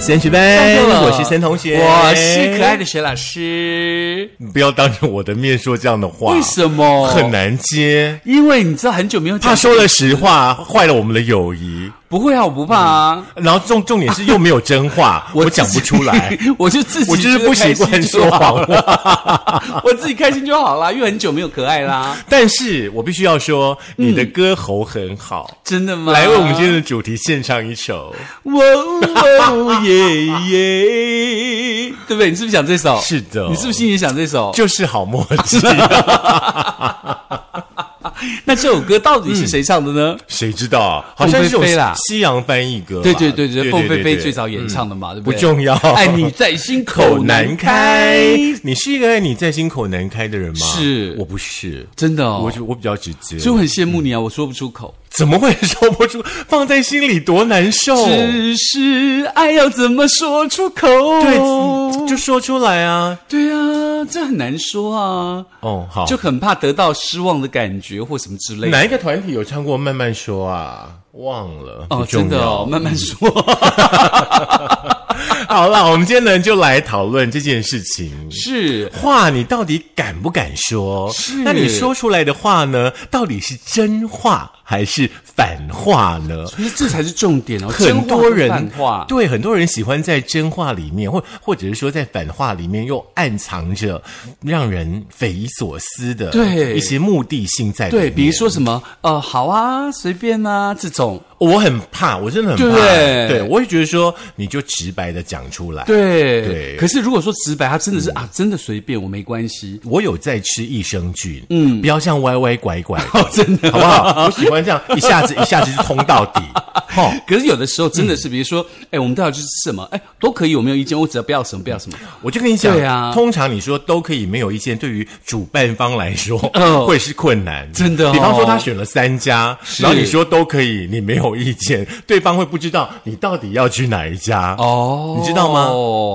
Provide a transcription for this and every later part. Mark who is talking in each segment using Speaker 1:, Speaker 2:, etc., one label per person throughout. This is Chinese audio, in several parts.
Speaker 1: 先学班
Speaker 2: 上课，了
Speaker 1: 我是先同学，
Speaker 2: 我是可爱的水老师。
Speaker 1: 你不要当着我的面说这样的话，
Speaker 2: 为什么？
Speaker 1: 很。难接？
Speaker 2: 因为你知道很久没有讲
Speaker 1: 他说了实话，坏了我们的友谊。
Speaker 2: 不会啊，我不怕啊，
Speaker 1: 然后重重点是又没有真话， 我讲
Speaker 2: 自
Speaker 1: 不
Speaker 2: 己
Speaker 1: 出来，，
Speaker 2: 我就自 己
Speaker 1: 我就是
Speaker 2: 觉得
Speaker 1: 不习
Speaker 2: 开心
Speaker 1: 惯
Speaker 2: 就
Speaker 1: 说
Speaker 2: 好
Speaker 1: 谎
Speaker 2: 了，我自己开心就好啦，因为很久没有可爱 啦，
Speaker 1: 但是我必须要说，你的歌喉很好。
Speaker 2: 真的吗？
Speaker 1: 来为我们今天的主题献上一首，
Speaker 2: 哇哦哦耶耶，对不对？你是不是想这首？
Speaker 1: 是的
Speaker 2: 你是不是心里想这首？
Speaker 1: 就是好默契。
Speaker 2: 那这首歌到
Speaker 1: 嗯
Speaker 2: 底是谁唱的呢？
Speaker 1: 谁知道？好像是有
Speaker 2: 凤飞飞啦
Speaker 1: 西洋翻译歌吧。
Speaker 2: 对对对对，凤飞飞
Speaker 1: 对
Speaker 2: 最早演唱的嘛，对
Speaker 1: 不
Speaker 2: 对？
Speaker 1: 重要
Speaker 2: 爱你在 心
Speaker 1: 口
Speaker 2: 口
Speaker 1: 难
Speaker 2: 难
Speaker 1: 开
Speaker 2: 开，。
Speaker 1: 你是一个爱你在心口难开的人吗？
Speaker 2: 是
Speaker 1: 我不是，
Speaker 2: 真的哦
Speaker 1: 我，就我比较直接，
Speaker 2: 所以我很羡慕你啊，我说不出口。
Speaker 1: 怎么会说不出？放在心里多难受。
Speaker 2: 哦只是爱要怎么说出口？
Speaker 1: 对，就说出来啊。
Speaker 2: 对啊，这很难说啊，
Speaker 1: 哦，好，
Speaker 2: 就很怕得到失望的感觉或什么之类的。
Speaker 1: 哪一个团体有唱过《慢慢说》啊？忘了
Speaker 2: 哦，真的哦，。慢慢说。
Speaker 1: 不重要 好了，我们今天呢就来讨论这件事情。
Speaker 2: 嗯是，
Speaker 1: 话你到底敢不敢说？
Speaker 2: 是
Speaker 1: 那你说出来的话呢，到底是真话还是反话呢？
Speaker 2: 可是这才是重点哦。
Speaker 1: 很多
Speaker 2: 真话
Speaker 1: 人
Speaker 2: 不泛化，
Speaker 1: 对很多人喜欢在真话里面，或或者是说在反话里面又暗藏着让人匪夷所思的
Speaker 2: 对
Speaker 1: 一些目的性在里面。
Speaker 2: 对，比如说什么，呃，好啊，随便啊，这种，
Speaker 1: 我很怕，我真的很怕，
Speaker 2: 对
Speaker 1: 我会觉得说你就直白的讲出来。，
Speaker 2: 对
Speaker 1: 对
Speaker 2: 可是如果说直白，他真的是、啊，真的随便，我没关系。
Speaker 1: 我有在吃益生菌，嗯，不要像歪歪拐 拐的，
Speaker 2: 哦真的
Speaker 1: 好不好？我喜欢这样一下子一下子就通到 底，吼。
Speaker 2: 可是有的时候真的是，比如说，哎、我们到底去吃什么？哎，都可以，我没有意见，我只要不要什么，不要什么。
Speaker 1: 我就跟你讲，
Speaker 2: 对啊
Speaker 1: 通常你说都可以没有意见，对于主办方来 说、
Speaker 2: 嗯
Speaker 1: 会是困难，
Speaker 2: 真的哦
Speaker 1: 比方说他选了三家，
Speaker 2: 是
Speaker 1: 然后你说都可以，你没有意见，对方会不知道你到底要去哪一家，
Speaker 2: 哦
Speaker 1: 你知道吗？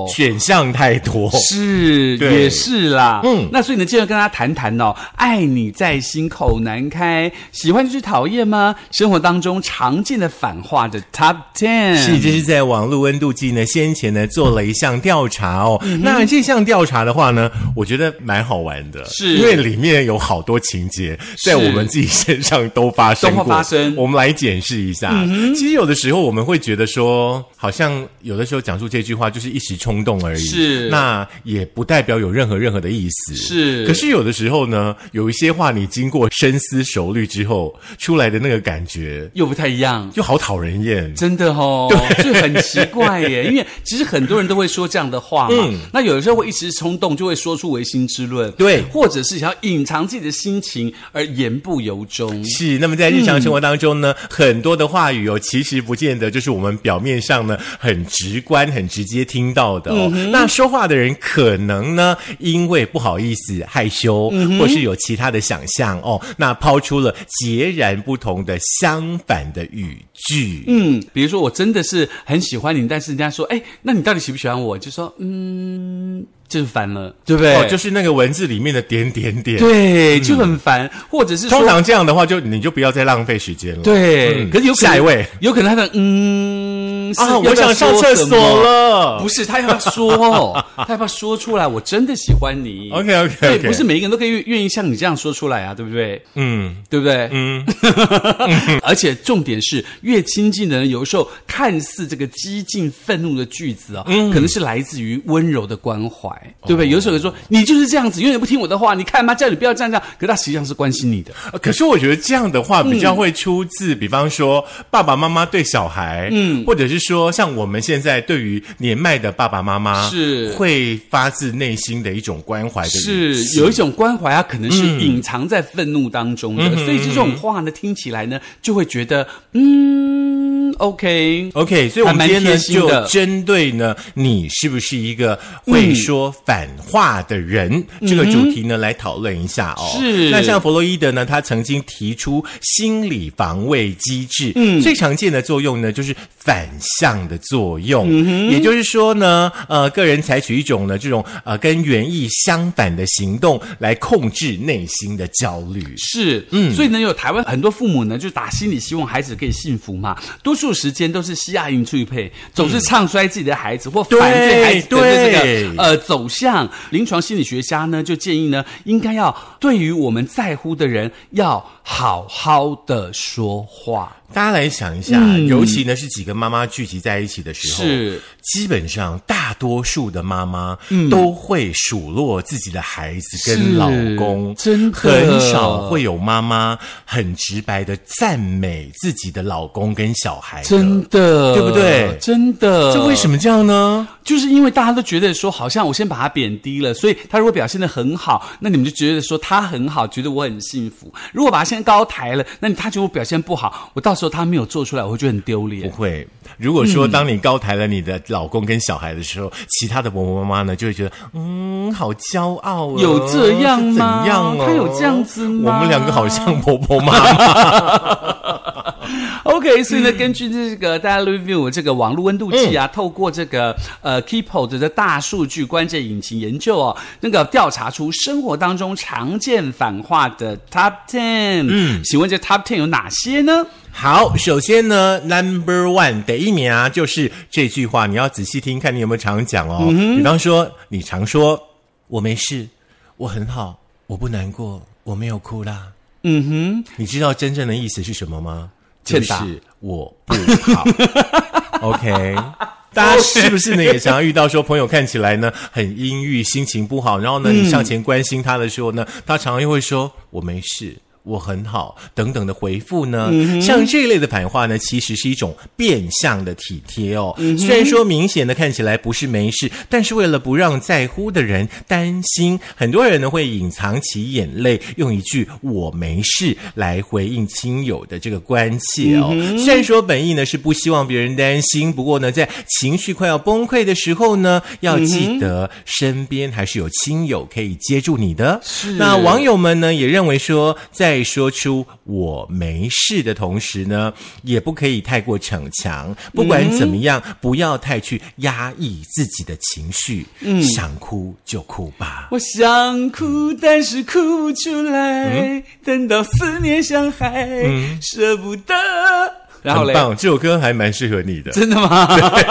Speaker 1: 选项太多，
Speaker 2: 是，
Speaker 1: 对
Speaker 2: 也是啦。
Speaker 1: 嗯
Speaker 2: 嗯，那所以呢，今天要跟大家谈谈哦，爱你在心口难开，喜欢就是讨厌吗？生活当中常见的反话的 Top Ten
Speaker 1: 是，这是在网络温度计呢，先前呢做了一项调查哦。
Speaker 2: 嗯
Speaker 1: 那这项调查的话呢，我觉得蛮好玩的，
Speaker 2: 是
Speaker 1: 因为里面有好多情节在我们自己身上都发生过。
Speaker 2: 都会发生嗯
Speaker 1: 我们来检视一下。其实有的时候我们会觉得说，好像有的时候讲出这句话就是一时冲动而已，
Speaker 2: 是
Speaker 1: 那也不代表有任何任何的意思，
Speaker 2: 是
Speaker 1: 可是有的时候呢，有一些话你经过深思熟虑之后出来的那个感觉，
Speaker 2: 又不太一样。
Speaker 1: 就好讨人厌。
Speaker 2: 真的哦，就很奇怪耶，因为其实很多人都会说这样的话嘛。
Speaker 1: 嗯
Speaker 2: 那有的时候会一时冲动，就会说出违心之论，
Speaker 1: 对
Speaker 2: 或者是想要隐藏自己的心情而言不由衷。
Speaker 1: 是，那么在日常
Speaker 2: 嗯
Speaker 1: 生活当中呢，很多的话语哦，其实不见得就是我们表面上呢很直观、很直接听到的
Speaker 2: 嗯
Speaker 1: 哦。那说话的人可能呢，因为不好意思、害羞，
Speaker 2: 嗯
Speaker 1: 或是有其他的想象哦，那抛出了截然不同的相反的语句。
Speaker 2: 嗯，比如说我真的是很喜欢你，但是人家说，哎，那你到底喜不喜欢我？就说，嗯，就是烦了，对不对？
Speaker 1: 哦，就是那个文字里面的点点点。
Speaker 2: 对，就很烦，或者是
Speaker 1: 嗯
Speaker 2: 说
Speaker 1: 通常这样的话就，你就不有再浪费时间了。
Speaker 2: 对，
Speaker 1: 嗯
Speaker 2: 可是有可能
Speaker 1: 下一位，
Speaker 2: 有可能他的嗯是
Speaker 1: 啊，
Speaker 2: 要
Speaker 1: 我
Speaker 2: 不要
Speaker 1: 想上
Speaker 2: 说
Speaker 1: 厕
Speaker 2: 什么
Speaker 1: 所了
Speaker 2: 不。是他要不要说，他要不要说出来？我真的喜欢你。
Speaker 1: OK，OK，OK
Speaker 2: 对，不是每一个人都可以愿意像你这样说出来啊，对不对？
Speaker 1: 嗯，
Speaker 2: 对不对？嗯， 而且重点是，越亲近的人，有时候看似这个激进愤怒的句子啊、可能是来自于温柔的关怀，对不对？有时候有人说你就是这样子，永远不听我的话，你看嘛，叫你不要这样这样，可他实际上是关心你的。
Speaker 1: 呃可是我觉得这样的话比较会出自，
Speaker 2: 嗯
Speaker 1: 比方说爸爸妈妈对小孩，嗯，或者是说像我们现在对于年迈的爸爸妈妈，
Speaker 2: 是
Speaker 1: 会发自内心的一种关怀的语气，
Speaker 2: 是有一种关怀啊，可能是隐藏在愤怒当中的，所以这种话呢，听起来呢，就会觉得嗯，OK，
Speaker 1: OK，所以我们
Speaker 2: 还蛮
Speaker 1: 今天呢
Speaker 2: 贴心的
Speaker 1: 就针对呢你是不是一个会说反话的人、这个主题呢来讨论一下哦。
Speaker 2: 嗯是
Speaker 1: 那像弗洛伊德呢，他曾经提出心理防卫机制，嗯，最常见的作用呢就是反向的作用，
Speaker 2: 嗯
Speaker 1: 也就是说呢，呃，个人采取一种呢这种呃跟原意相反的行动来控制内心的焦虑。
Speaker 2: 是，嗯，所以呢，有台湾很多父母呢，就打心里希望孩子可以幸福嘛。多数数十间都是西亚音去配，总是唱衰自己的孩子或反嗯对孩子的这
Speaker 1: 对
Speaker 2: 个呃走向。临床心理学家呢就建议呢，应该要对于我们在乎的人要好好的说话。
Speaker 1: 大家来想一下，尤其呢是几个妈妈聚集在一起的时候，
Speaker 2: 嗯是
Speaker 1: 基本上大多数的妈妈
Speaker 2: 嗯
Speaker 1: 都会数落自己的孩子跟
Speaker 2: 是
Speaker 1: 老公，
Speaker 2: 真的
Speaker 1: 很少会有妈妈很直白的赞美自己的老公跟小孩的
Speaker 2: 真的，
Speaker 1: 对不对
Speaker 2: 真的，
Speaker 1: 这为什么
Speaker 2: 么？
Speaker 1: 这样呢？
Speaker 2: 就是因为大家都觉得说，好像我先把他贬低了，所以他如果表现的很好，那你们就觉得说他很好，觉得我很幸福；如果把他先高抬了，那他觉得我表现不好，我到时候他没有做出来，我会觉得很丢
Speaker 1: 不
Speaker 2: 脸。
Speaker 1: 会。如果说当你高抬了你的老公跟小孩的
Speaker 2: 嗯
Speaker 1: 时候，其他的婆婆妈妈呢就会觉得，嗯，好骄傲、哦，
Speaker 2: 有这样吗
Speaker 1: 是怎样、哦？
Speaker 2: 他有这样子吗
Speaker 1: 我们两个好像婆婆妈妈。
Speaker 2: OK，所以呢，根据这个大家 review 这个网络温度计
Speaker 1: 嗯
Speaker 2: 啊，透过这个呃 Keepo 的大数据关键引擎研究哦，那个调查出生活当中常见反话的 Top Ten。嗯，请问这 Top Ten 有哪些呢？
Speaker 1: 好，首先呢，Number One 第一名啊，就是这句话，你要仔细听，看你有没有常讲哦。比方说，你常说“我没事，我很好，我不难过，我没有哭啦”。嗯哼，你知道真正的意思是什么吗？就
Speaker 2: 欠打
Speaker 1: 是我不好。OK。大家是不是呢？也常常遇到说朋友看起来呢很阴郁，心情不好，然后呢你上前关心他的时候呢，他常常又会说“我没事”。我很好，等等的回复呢，像这一类的反话呢，其实是一种变相的体贴哦。虽然说明显的看起来不是没事，但是为了不让在乎的人担心，很多人呢会隐藏起眼泪，用一句“我没事”来回应亲友的这个关切哦。虽然说本意呢是不希望别人担心，不过呢，在情绪快要崩溃的时候呢，要记得身边还是有亲友可以接住你的。
Speaker 2: 是
Speaker 1: 那网友们呢也认为说，在说出“我没事”的同时呢，也不可以太过逞强。不管怎么样，不要太去压抑自己的情绪，
Speaker 2: 嗯
Speaker 1: 想哭就哭吧。
Speaker 2: 我想哭，但是哭不出来，等到思念像海，舍不得。然后
Speaker 1: 很
Speaker 2: 嘞，
Speaker 1: 棒，这首歌还蛮适合你的。
Speaker 2: 真的吗？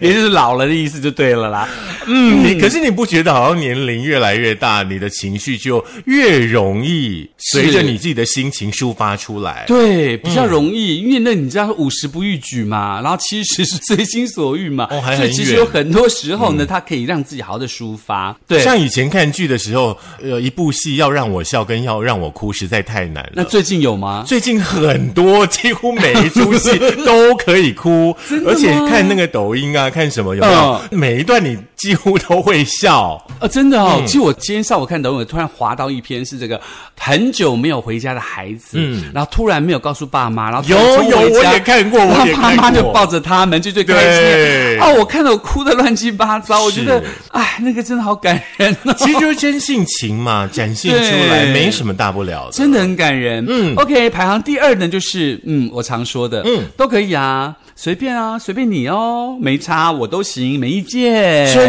Speaker 2: 也就是老了的意思就对了啦。
Speaker 1: 嗯，你可是你不觉得好像年龄越来越大，你的情绪就越容易随着你自己的心情抒发出来？
Speaker 2: 对，比较容易，因为那你知道五十不逾矩嘛，然后七十是随心所欲嘛，
Speaker 1: 哦还很
Speaker 2: 所以其实
Speaker 1: 远
Speaker 2: 有很嗯多时候呢，它可以让自己好好的抒发。对，
Speaker 1: 像以前看剧的时候，呃，一部戏要让我笑跟要让我哭实在太难
Speaker 2: 那
Speaker 1: 了。
Speaker 2: 最近有吗？
Speaker 1: 最近很多，几乎每一出戏都可以 哭，而且看那个抖音啊，看什么有没有？
Speaker 2: 嗯
Speaker 1: 每一段你几乎都会笑。
Speaker 2: 啊，真的
Speaker 1: 嗯
Speaker 2: 哦！其实我今天上午看抖音，我突然滑到一篇是这个很久没有回家的孩子，然后突然没有告诉爸妈，然后突然
Speaker 1: 嗯有
Speaker 2: 冲
Speaker 1: 有
Speaker 2: 回
Speaker 1: 我
Speaker 2: 家
Speaker 1: 也看过
Speaker 2: 然
Speaker 1: 我
Speaker 2: 后
Speaker 1: 也
Speaker 2: 爸
Speaker 1: 看
Speaker 2: 妈就
Speaker 1: 过
Speaker 2: 抱着他们就最开
Speaker 1: 对
Speaker 2: 心。哦，我看到我哭的乱七八糟，我觉得
Speaker 1: 是，
Speaker 2: 哎，那个真的好感人哦。
Speaker 1: 其实就是真性情 嘛，展现出来
Speaker 2: 对
Speaker 1: 没什么大不了的。
Speaker 2: 真的很感人。嗯，OK，排行第二呢，就是嗯，我常说的，嗯，都可以啊，随便啊，随便你哦，没差，我都行，没意见。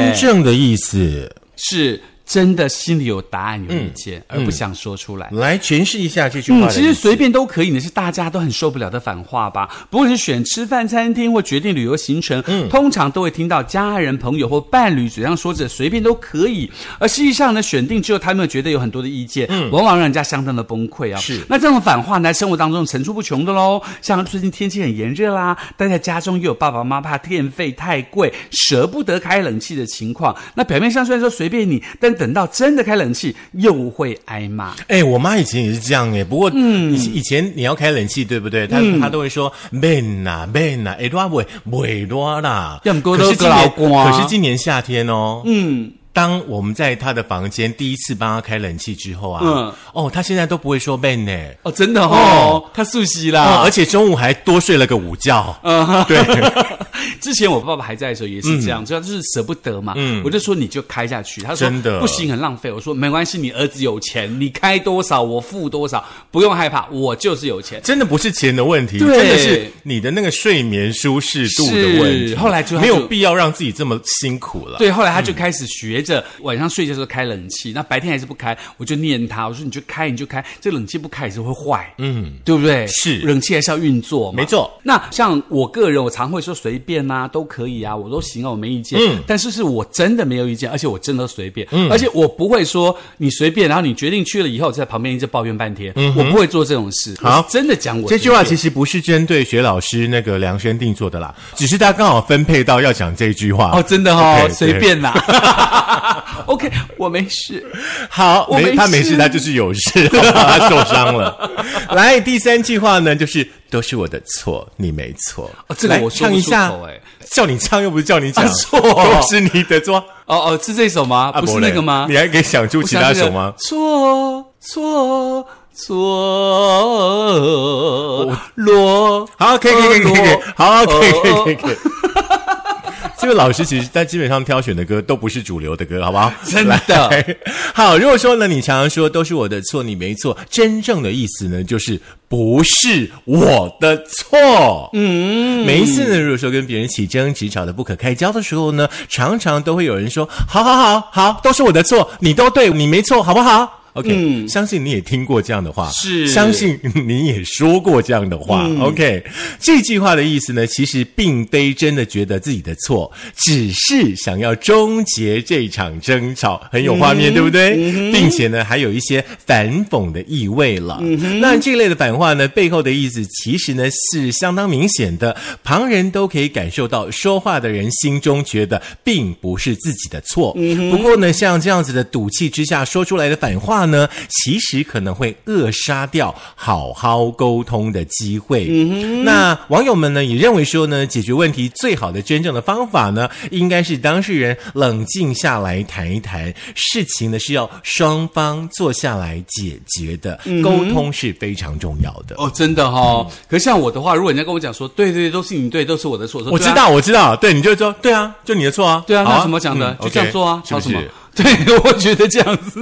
Speaker 1: 真正的意思。
Speaker 2: 是真的心里有答案、有意见，
Speaker 1: 嗯
Speaker 2: 而不想说出来。
Speaker 1: 来诠释一下这句话
Speaker 2: 嗯，
Speaker 1: 的意思、
Speaker 2: 其实随便都可以呢，是大家都很受不了的反话吧。不论是选吃饭餐厅或决定旅游行程，通常都会听到家人、朋友或伴侣嘴上说着随便都可以，而实际上呢，选定之后他们觉得有很多的意见，往往让人家相当的崩溃啊。
Speaker 1: 是
Speaker 2: 那这种反话呢，生活当中层出不穷的喽。像最近天气很炎热啦，待在家中又有爸爸妈妈怕电费太贵，舍不得开冷气的情况。那表面上虽然说随便你，但等到真的开冷气，又会挨骂。
Speaker 1: 哎、我妈以前也是这样哎，不过
Speaker 2: 嗯
Speaker 1: 以以前你要开冷气对不对？她、她都会说免啦免啦，哎多袂袂多啦。
Speaker 2: 要不过
Speaker 1: 可
Speaker 2: 都
Speaker 1: 是今
Speaker 2: 个老
Speaker 1: 年
Speaker 2: 公啊
Speaker 1: 可是今年夏天哦，嗯。当我们在她的房间第一次帮她开冷气之后啊，
Speaker 2: 嗯
Speaker 1: 哦，她现在都不会说笨呢、
Speaker 2: 哦，真的哦，他素汐
Speaker 1: 哦，
Speaker 2: 啦嗯
Speaker 1: 而。且中午还多睡了个午
Speaker 2: 啊
Speaker 1: 觉。 对，嗯
Speaker 2: 之前我爸爸还在的时候也是这样，就他就是舍不得嘛。我就说你就开下去，他说
Speaker 1: 真的
Speaker 2: 不行，很浪费。我说没关系，你儿子有钱，你开多少我付多少，不用害怕，我就是有钱。
Speaker 1: 真的不是钱的问题，真
Speaker 2: 对
Speaker 1: 的是你的那个睡眠舒适度的问题。
Speaker 2: 是后来就
Speaker 1: 没有必要让自己这么辛苦了。嗯
Speaker 2: 对，后来他就开始学着晚上睡觉的时候开冷气，那白天还是不开，我就念他，我说你就开你就开，这冷气不开也是会坏，嗯，对不对？
Speaker 1: 是
Speaker 2: 冷气还是要运作嘛，
Speaker 1: 没错。
Speaker 2: 那像我个人，我常会说随便啊，都可以啊，我都行啊，我没意见。
Speaker 1: 嗯
Speaker 2: 但是是我真的没有意见，而且我真的随便，而且我不会说你随便，然后你决定去了以后在旁边一直抱怨半天，我不会做这种事。
Speaker 1: 嗯好
Speaker 2: 我是真的讲我
Speaker 1: 这句话
Speaker 2: 随便
Speaker 1: 其实不是针对学老师那个量身定做的啦，只是他刚好分配到要讲这句话
Speaker 2: 哦，真的哦，
Speaker 1: 对
Speaker 2: 随
Speaker 1: 对
Speaker 2: 便啦。OK，我没事。
Speaker 1: 好，
Speaker 2: 我
Speaker 1: 没
Speaker 2: 没
Speaker 1: 他没
Speaker 2: 事
Speaker 1: 事，他就是有事， 好吧他受伤 了。来，第三句话呢，就是都是我的错，你没错。
Speaker 2: 哦这个
Speaker 1: 来
Speaker 2: 我说
Speaker 1: 唱
Speaker 2: 不
Speaker 1: 一
Speaker 2: 出
Speaker 1: 下
Speaker 2: 口，哎。
Speaker 1: 叫你唱又不是叫你讲
Speaker 2: 啊，错
Speaker 1: 都是你的错，
Speaker 2: 哦哦，是这首吗？
Speaker 1: 啊
Speaker 2: 不是
Speaker 1: 不嘞
Speaker 2: 那个吗？
Speaker 1: 你还可以想出
Speaker 2: 我
Speaker 1: 其
Speaker 2: 想
Speaker 1: 他
Speaker 2: 这个
Speaker 1: 首吗？
Speaker 2: 错错错落。
Speaker 1: 好，可以，可以，可以，可以可以
Speaker 2: 哦，
Speaker 1: 好，可以，可以
Speaker 2: 哦，
Speaker 1: 可以，可 以。这位老师其实他基本上挑选的歌都不是主流的歌，好不好？
Speaker 2: 真的
Speaker 1: 来。好，如果说呢，你常常说都是我的错，你没错，真正的意思呢，就是不是我的错。嗯，每一次呢，如果说跟别人起争执、吵得不可开交的时候呢，常常都会有人说：“好好好好，都是我的错，你都对，你没错，好不好？” OK，、相信你也听过这样的话，
Speaker 2: 是
Speaker 1: 相信。你也说过这样的话、o k 这句话的意思呢，其实并非真的觉得自己的错，只是想要终结这场争吵，很有画面，对不对？并且呢，还有一些反讽的意味了。那这类的反话呢，背后的意思其实呢是相当明显的，旁人都可以感受到，说话的人心中觉得并不是自己的错。
Speaker 2: 嗯
Speaker 1: 不过呢，像这样子的赌气之下说出来的反话呢，其实可能会扼杀掉好好沟通的机会。
Speaker 2: 嗯
Speaker 1: 那网友们呢也认为说呢，解决问题最好的真正的方法呢，应该是当事人冷静下来谈一谈，事情呢是要双方坐下来解决的，
Speaker 2: 嗯
Speaker 1: 沟通是非常重要的。
Speaker 2: 哦，真的哈、哦。可像我的话，如果人家跟我讲说，对对对，都是你对，都是我的错，说
Speaker 1: 我知。道，我知道，对，你就说对啊，就你的错啊，
Speaker 2: 对啊，
Speaker 1: 好
Speaker 2: 那怎么讲的？
Speaker 1: 嗯
Speaker 2: 就这样
Speaker 1: OK，
Speaker 2: 做啊，
Speaker 1: 是不
Speaker 2: 吵什么
Speaker 1: 是？
Speaker 2: 对，我觉得这样子。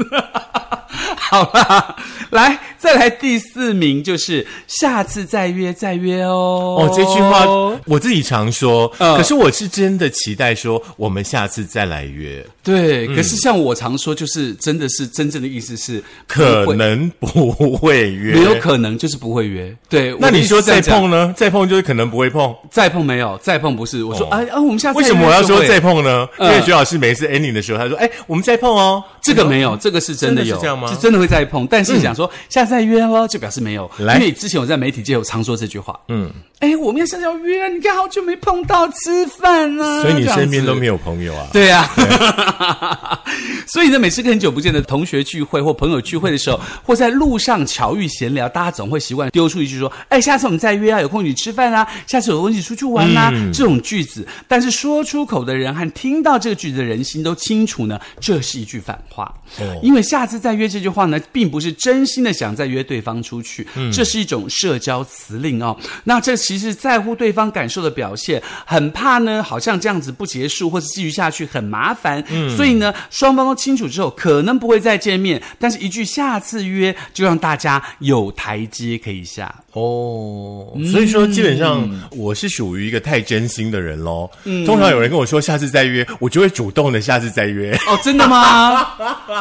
Speaker 2: 好啦，来，再来第四名就是下次再约，再约哦。
Speaker 1: 哦，这句话我自己常说，
Speaker 2: 嗯
Speaker 1: 可是我是真的期待说我们下次再来约，
Speaker 2: 对。可
Speaker 1: 嗯
Speaker 2: 是像我常说，就是真的是真正的意思是
Speaker 1: 可
Speaker 2: 不会
Speaker 1: 能不会约，
Speaker 2: 没有可能就是不会约。对，
Speaker 1: 那
Speaker 2: 我的
Speaker 1: 你
Speaker 2: 意思
Speaker 1: 说
Speaker 2: 是这
Speaker 1: 再
Speaker 2: 样讲
Speaker 1: 碰呢？再碰就是可能不会碰。
Speaker 2: 再碰没有，再碰不是。我说
Speaker 1: 哦
Speaker 2: 哎啊，我们下次
Speaker 1: 为什么我要说
Speaker 2: 再约就会
Speaker 1: 再碰呢？因
Speaker 2: 嗯
Speaker 1: 为徐老师每一次 ending 的时候，他说：“哎，我们再碰哦。”
Speaker 2: 这个没有，这个是真的
Speaker 1: 真的
Speaker 2: 有，
Speaker 1: 是这样吗嗯
Speaker 2: 是真的会再碰，但是想说、下次再约喽，就表示没有。因
Speaker 1: 来
Speaker 2: 为之前我在媒体界有常说这句话，嗯，哎，我们要下次要约啊，你看好久没碰到吃饭
Speaker 1: 嗯
Speaker 2: 啊，
Speaker 1: 所以你身边都没
Speaker 2: 有。
Speaker 1: 有朋友啊？
Speaker 2: 对呀、啊， 所以呢，每次跟很久不见的同学聚会或朋友聚会的时候，或在路上巧遇闲聊，大家总会习惯丢出一句说：“哎，下次我们再约啊，有空一起吃饭啊，下次有空一起出去玩啊。
Speaker 1: 嗯
Speaker 2: 这种句子，但是说出口的人和听到这个句子的人心都清楚呢，这是一句反话。
Speaker 1: 哦
Speaker 2: 因为下次再约这句话呢，并不是真心的想再约对方出去，
Speaker 1: 嗯
Speaker 2: 这是一种社交辞令哦。那这其实是在乎对方感受的表现，很怕呢，好像这样子不结束或是继续下去很麻烦。
Speaker 1: 嗯
Speaker 2: 所以呢，双方都清楚之后，可能不会再见面，但是一句下次约就让大家有台阶可以下。
Speaker 1: 哦，所以说基本上
Speaker 2: 嗯
Speaker 1: 我是属于一个太真心的人喽。通常有人跟我说下次再约，我就会主动的下次再约。
Speaker 2: 哦，真 的吗？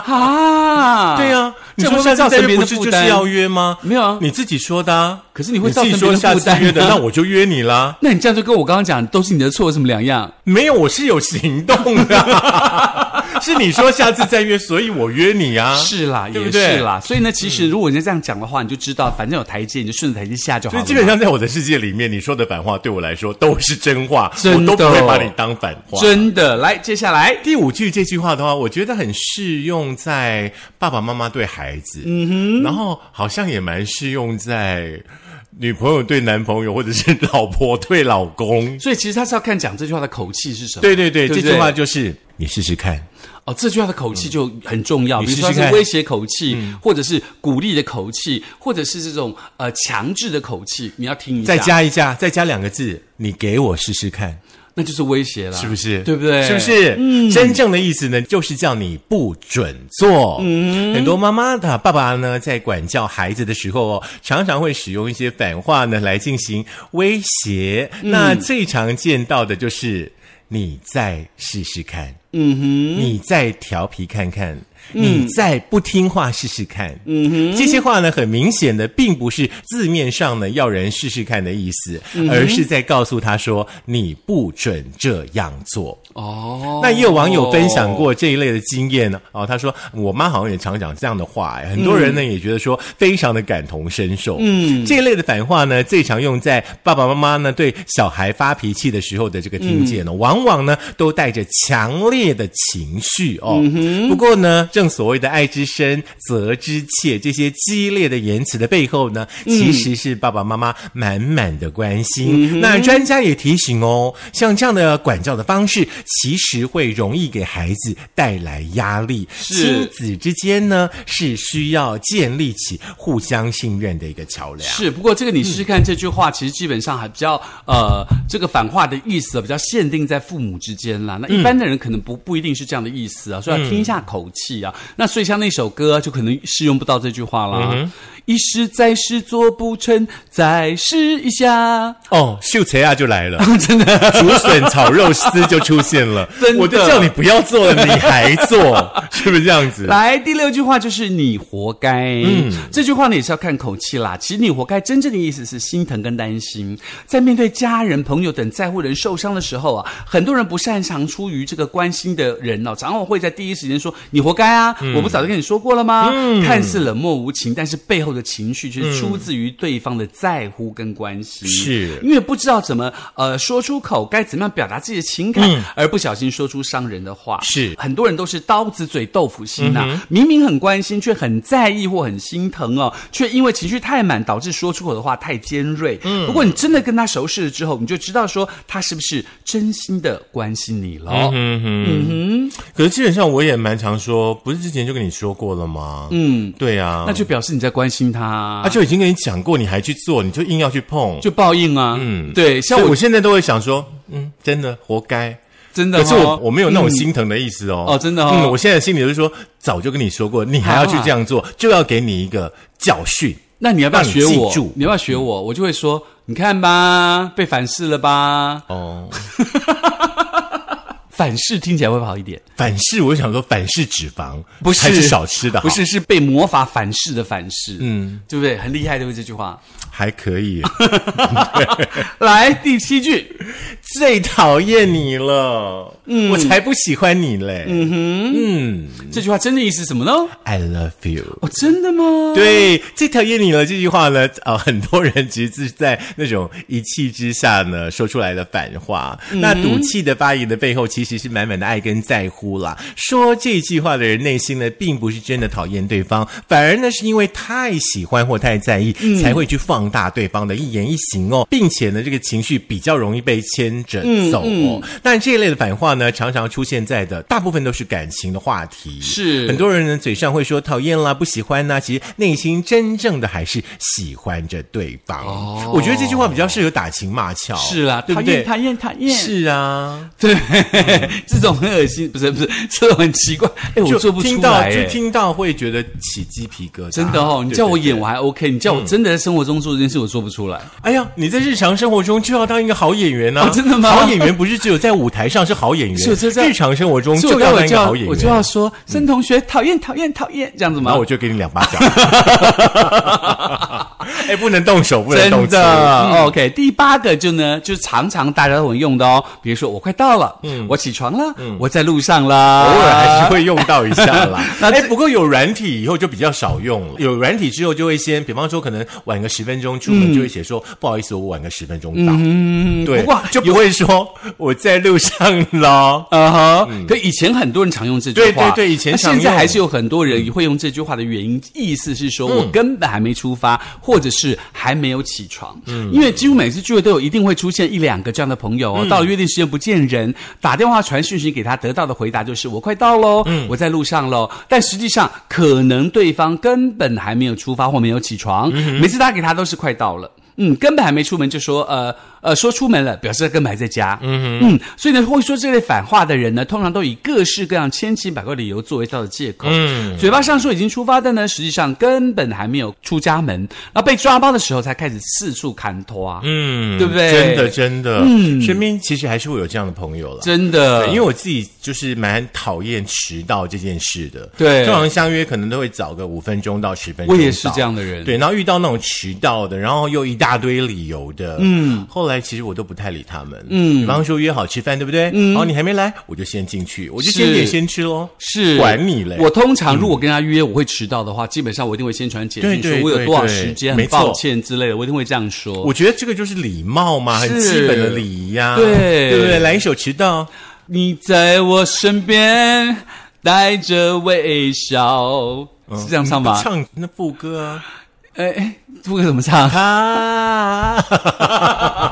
Speaker 2: 啊，
Speaker 1: 对啊，你
Speaker 2: 这会
Speaker 1: 说
Speaker 2: 不
Speaker 1: 下次
Speaker 2: 会造
Speaker 1: 再约
Speaker 2: 成别人
Speaker 1: 不
Speaker 2: 的
Speaker 1: 是
Speaker 2: 负
Speaker 1: 就是
Speaker 2: 担？
Speaker 1: 要约吗？
Speaker 2: 没有啊
Speaker 1: 你自己说的啊。
Speaker 2: 可是你会
Speaker 1: 自己
Speaker 2: 造成别
Speaker 1: 说
Speaker 2: 人
Speaker 1: 下
Speaker 2: 负
Speaker 1: 次
Speaker 2: 担
Speaker 1: 约的，
Speaker 2: 啊
Speaker 1: 那我就约你啦。
Speaker 2: 那你这样就跟我刚刚讲都是你的错有什么两样？
Speaker 1: 没有，我是有行动的 啊。是你说下次再约，所以我约你啊。
Speaker 2: 是啦，
Speaker 1: 对不
Speaker 2: 也
Speaker 1: 对嗯
Speaker 2: 是啦。所以呢，其实如果人家这样讲的话，你就知道，反正有台阶，你就顺着台阶下就好
Speaker 1: 所以
Speaker 2: 了。
Speaker 1: 基本。上在我的世界里面，你说的反话对我来说都是真话，我
Speaker 2: 真的哦
Speaker 1: 都不会把你当反话。
Speaker 2: 真的，哦来，接下来
Speaker 1: 第五句这句话的话，我觉得很适用在爸爸妈妈对孩子，嗯哼，然后好像也蛮适用在女朋友对男朋友，或者是老婆对老公。
Speaker 2: 所以其实他是要看讲这句话的口气是什么。
Speaker 1: 对对对，
Speaker 2: 对不
Speaker 1: 这
Speaker 2: 对
Speaker 1: 句话就是你试试看。
Speaker 2: 哦，这句话的口气就很重要。
Speaker 1: 嗯你
Speaker 2: 比如
Speaker 1: 试
Speaker 2: 说
Speaker 1: 试
Speaker 2: 它
Speaker 1: 看嗯
Speaker 2: 是威胁口气，或者是鼓励的口气，或者是这种呃强制的口气，你要听一下。
Speaker 1: 再，加一下，再加两个字，你给我试试看，
Speaker 2: 那就是威胁了，
Speaker 1: 是不是？
Speaker 2: 对不对？
Speaker 1: 是不？是？嗯，真正的意思呢，就是叫你不准做。嗯，很多妈妈的爸爸呢，在管教孩子的时候哦，常常会使用一些反话呢来进行威胁。那最常见到的就是你再试试看。嗯哼，你再调皮看看。你再不听话试试看，嗯哼，这些话呢，很明显的并不是字面上呢要人试试看的意思，而是在告诉他说你不准这样做。
Speaker 2: 哦，
Speaker 1: 那也有网友分享过这一类的经验呢。哦，他说我妈好像也常讲这样的话，哎很多人呢、也觉得说非常的感同身受。嗯，这一类的反话呢，最常用在爸爸妈妈呢对小孩发脾气的时候的这个听见呢，往往呢都带着强烈的情绪哦。不过呢，正所谓的爱之深，责之切，这些激烈的言辞的背后呢，其实是爸爸妈妈满满的关心。那专家也提醒哦，像这样的管教的方式，其实会容易给孩子带来压力。亲子之间呢，是需要建立起互相信任的一个桥梁。
Speaker 2: 是，不过这个你试试看，这句话其实基本上还比较呃，这个反话的意思比较限定在父母之间啦。那一般的人可能不不一定是这样的意思啊，所以要听一下口气啊。那所以像那首歌就可能适用不到这句话啦。一试再试做不成，再试一下。，
Speaker 1: 哦，秀才啊就来了， 真的，竹笋炒肉丝就出现 了
Speaker 2: 真的
Speaker 1: 我就叫你不要做了，你还做， 是不是这样子？
Speaker 2: 来，第六句话就是你活该。嗯，这句话呢也是要看口气啦。其实你活该真正的意思是心疼跟担心。在面对家人、朋友等在乎人受伤的时候啊，很多人不擅长出于这个关心的人哦，常常会在第一时间说你活该啊，
Speaker 1: 嗯
Speaker 2: 我不早就跟你说过了吗？看似冷漠无情，但是背后的情绪却出自于对方的在乎跟关心。
Speaker 1: 是
Speaker 2: 因为不知道怎么呃说出口，该怎么样表达自己的情感，而不小心说出伤人的话。
Speaker 1: 嗯是
Speaker 2: 很多人都是刀子嘴豆腐心呐、啊
Speaker 1: 嗯
Speaker 2: 明明很关心，却很在意或很心疼哦，却因为情绪太满，导致说出口的话太尖锐。嗯，不过你真的跟他熟识了之后，你就知道说他是不是真心的关心你了。
Speaker 1: 嗯
Speaker 2: 嗯
Speaker 1: 可是基本上我也蛮常说，不是之前就跟你说过了吗？嗯，对啊，
Speaker 2: 那就表示你在关心他，
Speaker 1: 啊就已经跟你讲过，你还去做，你就硬要去碰，
Speaker 2: 就报应啊。嗯，对，像
Speaker 1: 所以
Speaker 2: 我
Speaker 1: 我现在都会想说，嗯，真的活该。
Speaker 2: 真的、哦，
Speaker 1: 可是我我没有那种心疼的意思哦。
Speaker 2: 嗯哦真的哦
Speaker 1: 嗯，我现在心里就是说，早就跟你说过，你还要去这样
Speaker 2: 啊
Speaker 1: 做，就要给你一个教训。
Speaker 2: 那你要不要
Speaker 1: 让你
Speaker 2: 学我？
Speaker 1: 记住
Speaker 2: 要不要学我？我就会说，你看吧，被反噬了吧？
Speaker 1: 哦，
Speaker 2: 反噬听起来会好一点，
Speaker 1: 反式，我想说反式脂肪，
Speaker 2: 不是
Speaker 1: 还是少吃的好，
Speaker 2: 不是是被魔法反噬的反噬，嗯，对不对？很厉害，对不对？这句话。
Speaker 1: 还可以。
Speaker 2: 来第七句，
Speaker 1: 最讨厌你了，嗯，我才不喜欢你嘞。嗯哼，嗯
Speaker 2: 这句话真的意思是什么呢？
Speaker 1: ，I love you。
Speaker 2: 哦，真的吗？
Speaker 1: 对，最讨厌你了这句话呢，呃，很多人其实是在那种一气之下呢说出来的反话。那赌气的发言的背后，其实是满满的爱跟在乎啦。说这句话的人内心呢，并不是真的讨厌对方，反而呢是因为太喜欢或太在意，才会去放大对方的一言一行哦，并且呢，这个情绪比较容易被牵着走哦。但这一类的反话呢，常常出现在的大部分都是感情的话题，
Speaker 2: 是
Speaker 1: 很多。很多人呢嘴上会说讨厌啦、不喜欢啦，其实内心真正的还是喜欢着对方。
Speaker 2: 哦
Speaker 1: 我觉得这句话比较适合打情骂俏，
Speaker 2: 是啦，
Speaker 1: 对
Speaker 2: 讨
Speaker 1: 不
Speaker 2: 厌
Speaker 1: 对？
Speaker 2: 讨厌讨厌，
Speaker 1: 是啊，
Speaker 2: 对， 这种很恶心，不是不 是，这种很奇怪，哎，我
Speaker 1: 就
Speaker 2: 做不
Speaker 1: 听
Speaker 2: 出
Speaker 1: 到
Speaker 2: 来，
Speaker 1: 就
Speaker 2: 哎
Speaker 1: 听到会觉得起鸡皮疙瘩。
Speaker 2: 真的哦，你
Speaker 1: 对
Speaker 2: 叫我
Speaker 1: 对对
Speaker 2: 演我还 OK，你叫我真的在生活中做这件事，我做不出来。
Speaker 1: 哎呀，你在日常生活中就要当一个好演员啊！
Speaker 2: 哦真的吗
Speaker 1: 好演员不是只有在舞台上是好演员，
Speaker 2: 是这在
Speaker 1: 日常生活中
Speaker 2: 所以
Speaker 1: 就
Speaker 2: 我
Speaker 1: 要当一
Speaker 2: 待会就
Speaker 1: 个
Speaker 2: 要
Speaker 1: 好演员。
Speaker 2: 我就要说，申同学讨厌讨厌讨厌这样子
Speaker 1: 然
Speaker 2: 吗
Speaker 1: 后？我就给你两巴掌。 哎，不能动手，不能
Speaker 2: 真
Speaker 1: 动手。
Speaker 2: 的、OK，第哦八个就呢，就是常常大家都很用的哦，比如说我快到了，嗯，我起床了，嗯，我在路上啦，。
Speaker 1: 偶尔还是会用到一下 啦
Speaker 2: 那这
Speaker 1: 哎，不过有软体以后就比较少用了。有软体之后就会先，比方说可能晚个十分钟出门，就会写说、不好意思，我晚个十分钟到。嗯，对
Speaker 2: 不过，
Speaker 1: 就不会说我在路上咯。
Speaker 2: 啊哈、可以前很多人常用这句话，
Speaker 1: 嗯对对对以前
Speaker 2: 那
Speaker 1: 常
Speaker 2: 现在
Speaker 1: 用
Speaker 2: 还是有很多人会用这句话的原因，意思是说
Speaker 1: 嗯
Speaker 2: 我根本还没出发，或者是还没有起床。
Speaker 1: 嗯
Speaker 2: 因为几乎每次聚会都有一定会出现一两个这样的朋友哦，到了约定时间不见人，打电话传讯息给他，得到的回答就是我快到喽，
Speaker 1: 嗯
Speaker 2: 我在路上喽。但实际上可能对方根本嗯还没有出发或没有起床，每次打给他都是快到了。嗯，根本还没出门就说呃呃，说出门了，表示他根本还在家。嗯嗯，所以呢，会说这类反话的人呢，通常都以各式各样千奇百怪理由作为他的借口。 嗯，嘴巴上说已经出发，但呢，实际上根本还没有出家门。然后被抓包的时候，才开始四处砍头啊。
Speaker 1: 嗯，
Speaker 2: 对不对
Speaker 1: 真的，真的，嗯，身边其实还是会有这样的朋友了。
Speaker 2: 真的，
Speaker 1: 对，因为我自己就是蛮讨厌迟到这件事的。
Speaker 2: 对
Speaker 1: 通常相约可能都会早个五分钟到十分钟
Speaker 2: 我
Speaker 1: 到。
Speaker 2: 也是这样的人。
Speaker 1: 对，然后遇到那种迟到的，然后又一大堆理由的，嗯，后来其实我都不太理他们，嗯，比方说约好吃饭，对不对？嗯，然后你还没来，我就先进去，我就是先点先吃喽，
Speaker 2: 是
Speaker 1: 管你嘞，
Speaker 2: 我通常如果跟他约我会迟到的话，基本上我一定会先传简讯
Speaker 1: 对
Speaker 2: 说
Speaker 1: 对
Speaker 2: 我有多少
Speaker 1: 对
Speaker 2: 时间，
Speaker 1: 没
Speaker 2: 很抱
Speaker 1: 错
Speaker 2: 歉之类的，我一定会这样说。
Speaker 1: 我觉得这个就是礼貌嘛，很
Speaker 2: 是
Speaker 1: 基本的礼仪呀、
Speaker 2: 对
Speaker 1: 对不对？来一首迟到，
Speaker 2: 你在我身边，带着微笑，是这样唱吧？
Speaker 1: 嗯唱那副歌 啊，
Speaker 2: 哎、哎，副歌怎么唱？
Speaker 1: 啊，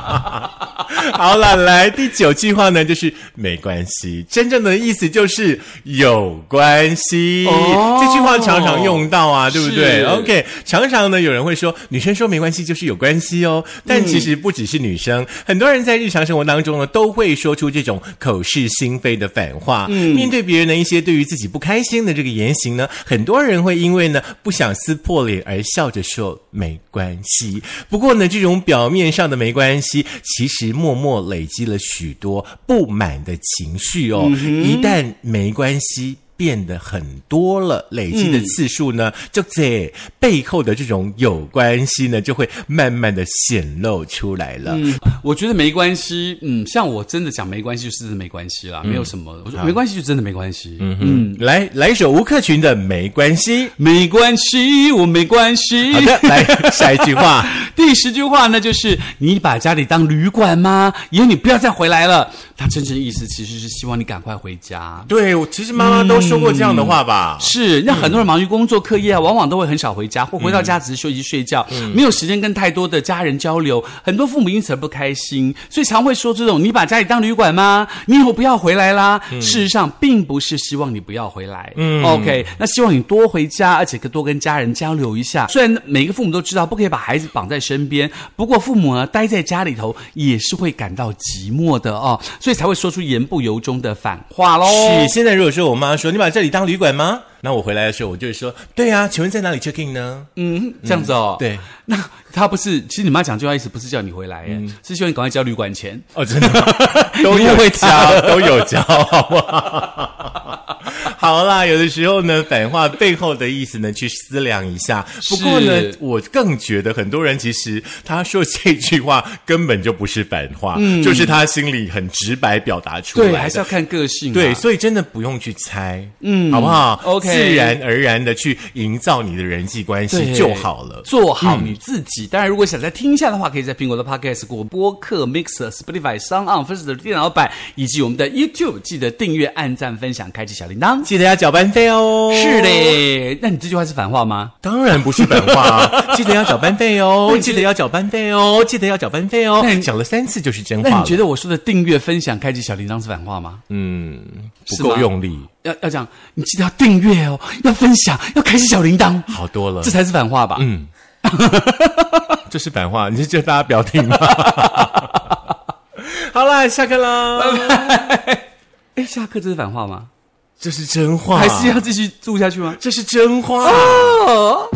Speaker 1: 好了，来第九句话呢，就是没关系，真正的意思就是有关系。
Speaker 2: 哦
Speaker 1: 这句话常常用到啊，对不对
Speaker 2: 是
Speaker 1: ？OK，常常呢有人会说，女生说没关系就是有关系哦，但其实不只是女生，很多人在日常生活当中呢都会说出这种口是心非的反话。面对别人的一些对于自己不开心的这个言行呢，很多人会因为呢不想撕破脸而笑着说没关系。不过呢，这种表面上的没关系，其实默默累积了许多不满的情绪哦。一旦没关系。变得很多了，累积的次数呢，就在背后的这种有关系呢，就会慢慢的显露出来了。
Speaker 2: 嗯，我觉得没关系。嗯，像我真的讲没关系，就是真的没关系啦，没有什么。我说没关系就真的没关系。嗯嗯，
Speaker 1: 嗯，来来一首吴克群的《没关 系》。
Speaker 2: 没关系，我没关系。
Speaker 1: 好的，来下一句 话。
Speaker 2: 第十句话呢，就是你把家里当旅馆吗？以后你不要再回来了。他真正意思其实是希望你赶快回家。
Speaker 1: 对，我其实妈妈都说过这样的话吧。
Speaker 2: 是，那很多人忙于工作、课业啊，往往都会很少回家，或回到家只是休息睡觉，没有时间跟太多的家人交流。很多父母因此而不开心，所以常会说这种“你把家里当旅馆吗？你以后不要回来啦。事实上，并不是希望你不要回来。嗯，OK，那希望你多回家，而且多跟家人交流一下。虽然每个父母都知道不可以把孩子绑在身边，不过父母呢待在家里头也是会感到寂寞的哦，所以才会说出言不由衷的反话喽。
Speaker 1: 嗯是，现在如果说我妈说你把这里当旅馆吗？那我回来的时候，我就会说，对啊，请问在哪里 check in 呢？
Speaker 2: 嗯，这样子哦。
Speaker 1: 对，
Speaker 2: 那他不是，其实你妈讲这句话意思不是叫你回来，耶，是希望你赶快交旅馆钱。
Speaker 1: 哦，真的吗 都有
Speaker 2: 会
Speaker 1: 教，都有教，好不 好？好啦，有的时候呢，反话背后的意思呢，去思量一下。不过呢
Speaker 2: 是，
Speaker 1: 我更觉得很多人其实他说这句话根本就不是反话，就是他心里很直白表达出来的。
Speaker 2: 嗯还是要看个性、啊。
Speaker 1: 对，所以真的不用去猜，嗯，好不好
Speaker 2: OK
Speaker 1: 自然而然的去营造你的人际关系
Speaker 2: 对
Speaker 1: 就好了。
Speaker 2: 做好你自己。当然，如果想再听一下的话，可以在苹果的 Podcast、谷歌播客、Mixer、Spotify、s o n On、First 的电脑版，以及我们的 YouTube，记得订阅、按赞、分享、开启小铃铛。
Speaker 1: 记得要缴班费哦。
Speaker 2: 是，的，那你这句话是反话吗？
Speaker 1: 当然不是本话 啊，记得要缴班费哦，记得要缴班费哦，记得要缴班费哦
Speaker 2: 那。你
Speaker 1: 讲了三次就是真
Speaker 2: 那
Speaker 1: 话
Speaker 2: 你觉
Speaker 1: 了，
Speaker 2: 得我说的订阅、分享、开启小铃铛是反话吗？
Speaker 1: 嗯，
Speaker 2: 是
Speaker 1: 不
Speaker 2: 吗
Speaker 1: 够用力，
Speaker 2: 要要讲，你记得要订阅哦，要分享，要开启小铃铛，
Speaker 1: 好多了
Speaker 2: 这。才是反话吧？
Speaker 1: 嗯，这是反话，你是叫大家不要 听吗？好啦，下课啦。
Speaker 2: 哎，下课这是反话吗？
Speaker 1: 这是真话，
Speaker 2: 还是要继续住下去吗？
Speaker 1: 这是真话。
Speaker 2: 哦。